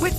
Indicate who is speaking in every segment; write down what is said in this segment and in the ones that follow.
Speaker 1: With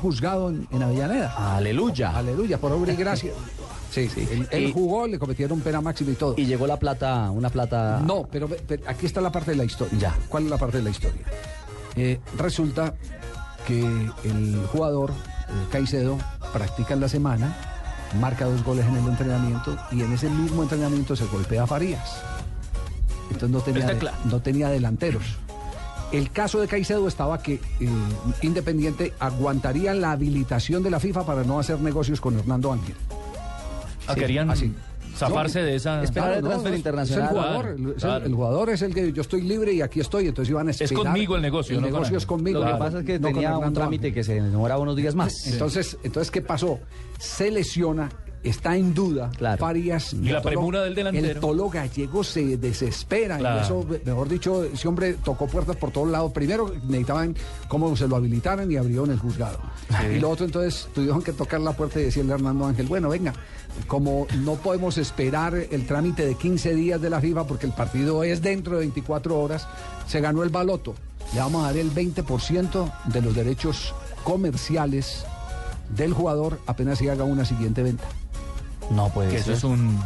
Speaker 2: juzgado en, en Avellaneda.
Speaker 3: Aleluya.
Speaker 2: Aleluya, por obra y gracia. Sí, sí. Él, él
Speaker 3: Y-
Speaker 2: jugó, le cometieron pena máxima y todo.
Speaker 3: Y llegó la plata, una plata.
Speaker 2: No, pero, ve- pero aquí está la parte de la historia.
Speaker 3: Ya.
Speaker 2: ¿Cuál es la parte de la historia? Eh, resulta que el jugador eh, Caicedo practica en la semana, marca dos goles en el entrenamiento y en ese mismo entrenamiento se golpea a Farías. Entonces no tenía, de- no tenía delanteros. El caso de Caicedo estaba que eh, Independiente aguantaría la habilitación de la FIFA para no hacer negocios con Hernando Ángel. Sí,
Speaker 4: Querían
Speaker 2: así.
Speaker 4: zafarse
Speaker 2: No,
Speaker 4: de esa.
Speaker 3: espera,
Speaker 2: Claro,
Speaker 3: de Ah, transfer internacional.
Speaker 2: Es el jugador,
Speaker 4: Claro,
Speaker 2: el- es el-
Speaker 4: claro.
Speaker 2: el jugador es el que yo estoy libre y aquí estoy, entonces iban a esperar.
Speaker 4: conmigo el negocio,
Speaker 2: El
Speaker 4: no
Speaker 2: negocio
Speaker 4: con
Speaker 2: es
Speaker 4: él.
Speaker 2: conmigo.
Speaker 4: Lo
Speaker 3: Lo que pasa es que
Speaker 2: no con
Speaker 3: tenía un
Speaker 2: Hernando
Speaker 3: trámite que se demoraba unos días más.
Speaker 2: Ángel. Entonces, entonces, ¿qué pasó? Se lesiona, está en duda.
Speaker 3: Claro.
Speaker 2: Farías.
Speaker 4: Y
Speaker 2: el
Speaker 4: la
Speaker 2: Tolo-
Speaker 4: premura del delantero.
Speaker 2: El Tolo Gallego se desespera. y
Speaker 4: Claro.
Speaker 2: eso, me- mejor dicho, ese hombre tocó puertas por todos lados. Primero necesitaban cómo se lo habilitaran y abrieron el juzgado. Y lo otro, entonces, tuvieron que tocar la puerta y decirle a Hernando Ángel, bueno, venga, como no podemos esperar el trámite de 15 días de la FIFA porque el partido es dentro de 24 horas, se ganó el baloto. Le vamos a dar el 20% de los derechos comerciales del jugador apenas se haga una siguiente venta.
Speaker 3: No puede
Speaker 4: Que eso
Speaker 3: ser.
Speaker 4: es un.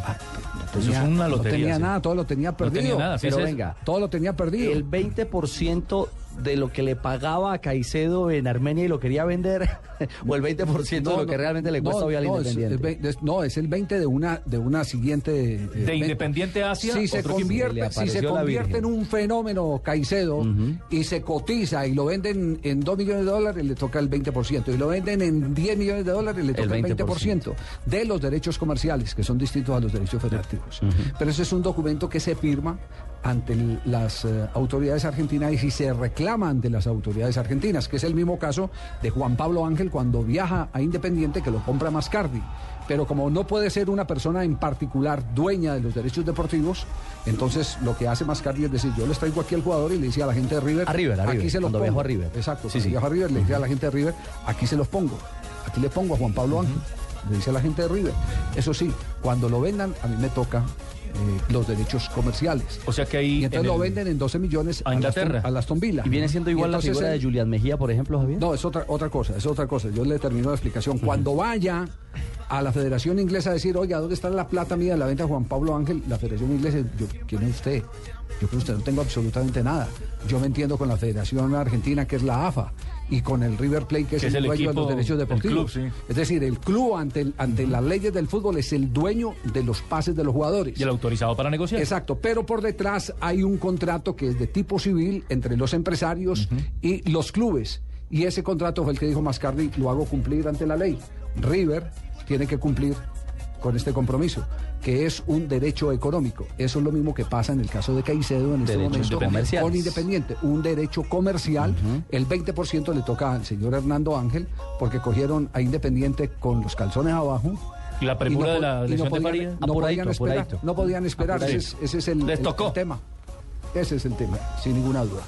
Speaker 4: Eso es
Speaker 2: Tenía-
Speaker 4: una
Speaker 2: No tenía
Speaker 4: lotería. sí.
Speaker 2: nada, todo lo tenía
Speaker 4: tenía
Speaker 2: perdido.
Speaker 4: nada, sí,
Speaker 2: pero
Speaker 4: sí,
Speaker 2: venga, todo lo tenía perdido.
Speaker 3: El 20% de lo que le pagaba a Caicedo en Armenia y lo quería vender, o el 20% de lo que realmente le cuesta
Speaker 2: no,
Speaker 3: hoy al
Speaker 2: no, es-
Speaker 3: Independiente.
Speaker 2: Es, es- no, es el 20 de una, de una siguiente. eh, venta.
Speaker 4: Independiente hacia
Speaker 2: Si se
Speaker 4: otro equipo.
Speaker 3: Le
Speaker 2: convierte, si
Speaker 3: apareció
Speaker 2: se
Speaker 3: la
Speaker 2: convierte en
Speaker 3: Virgen.
Speaker 2: un fenómeno Caicedo y se cotiza y lo venden en 2 millones de dólares, le toca el 20%. Y lo venden en 10 millones de dólares, le
Speaker 3: El
Speaker 2: toca el 20%,
Speaker 3: 20%.
Speaker 2: de los derechos comerciales, que son distintos a los derechos federativos. Pero ese es un documento que se firma ante el- las eh, autoridades argentinas y si se reclama ante las autoridades argentinas, que es el mismo caso de Juan Pablo Ángel cuando viaja a Independiente, que lo compra Mascardi. Pero como no puede ser una persona en particular dueña de los derechos deportivos, entonces lo que hace Mascardi es decir, yo les traigo aquí al jugador y le dice a la gente de River,
Speaker 3: A River, a
Speaker 2: aquí
Speaker 3: River,
Speaker 2: se los
Speaker 3: cuando
Speaker 2: pongo.
Speaker 3: viajó a River.
Speaker 2: Exacto,
Speaker 3: Sí,
Speaker 2: cuando
Speaker 3: sí.
Speaker 2: viajó a River, le dice a la gente de River, aquí se los pongo. Aquí le pongo a Juan Pablo Ángel, le dice a la gente de River. Eso sí, cuando lo vendan, a mí me toca eh, los derechos comerciales.
Speaker 4: O sea que ahí.
Speaker 2: Y entonces
Speaker 4: en
Speaker 2: lo
Speaker 4: el-
Speaker 2: venden en 12 millones a,
Speaker 4: a
Speaker 2: las
Speaker 4: Inglaterra.
Speaker 2: a Aston Villa.
Speaker 3: y viene siendo
Speaker 2: Y
Speaker 3: igual
Speaker 2: entonces
Speaker 3: la figura
Speaker 2: él-
Speaker 3: de Julián Mejía, por ejemplo, Javier.
Speaker 2: no, es otra, otra cosa, es otra cosa. Yo le termino la explicación. Cuando vaya a la Federación Inglesa a decir, oiga, ¿dónde está la plata mía de la venta de Juan Pablo Ángel? La Federación Inglesa, yo, ¿quién es usted? Yo con usted no tengo absolutamente nada. Yo me entiendo con la Federación Argentina, que es la AFA, y con el River Plate, que es,
Speaker 4: Que es
Speaker 2: el,
Speaker 4: el
Speaker 2: dueño de
Speaker 4: equipo,
Speaker 2: los derechos
Speaker 4: el
Speaker 2: deportivos.
Speaker 4: club, sí.
Speaker 2: Es decir, el club ante, el- ante las leyes del fútbol es el dueño de los pases de los jugadores.
Speaker 4: Y el autorizado para negociar.
Speaker 2: Exacto, pero por detrás hay un contrato que es de tipo civil entre los empresarios y los clubes. Y ese contrato fue el que dijo Mascardi, lo hago cumplir ante la ley. River tiene que cumplir con este compromiso, que es un derecho económico. Eso es lo mismo que pasa en el caso de Caicedo en este
Speaker 3: Derechos
Speaker 2: momento
Speaker 3: comerciales.
Speaker 2: con Independiente. Un derecho comercial, el 20% le toca al señor Hernando Ángel, porque cogieron a Independiente con los calzones abajo.
Speaker 4: Y la premura de la
Speaker 2: po- y
Speaker 4: lesión de
Speaker 2: podían- e-
Speaker 4: Faría.
Speaker 2: no podían
Speaker 3: Apuradito,
Speaker 2: esperar,
Speaker 3: apuradito.
Speaker 2: no podían esperar. Ese es, ese es el,
Speaker 4: Ah, Les
Speaker 2: el-
Speaker 4: tocó.
Speaker 2: el tema. Ese es el tema, sin ninguna duda.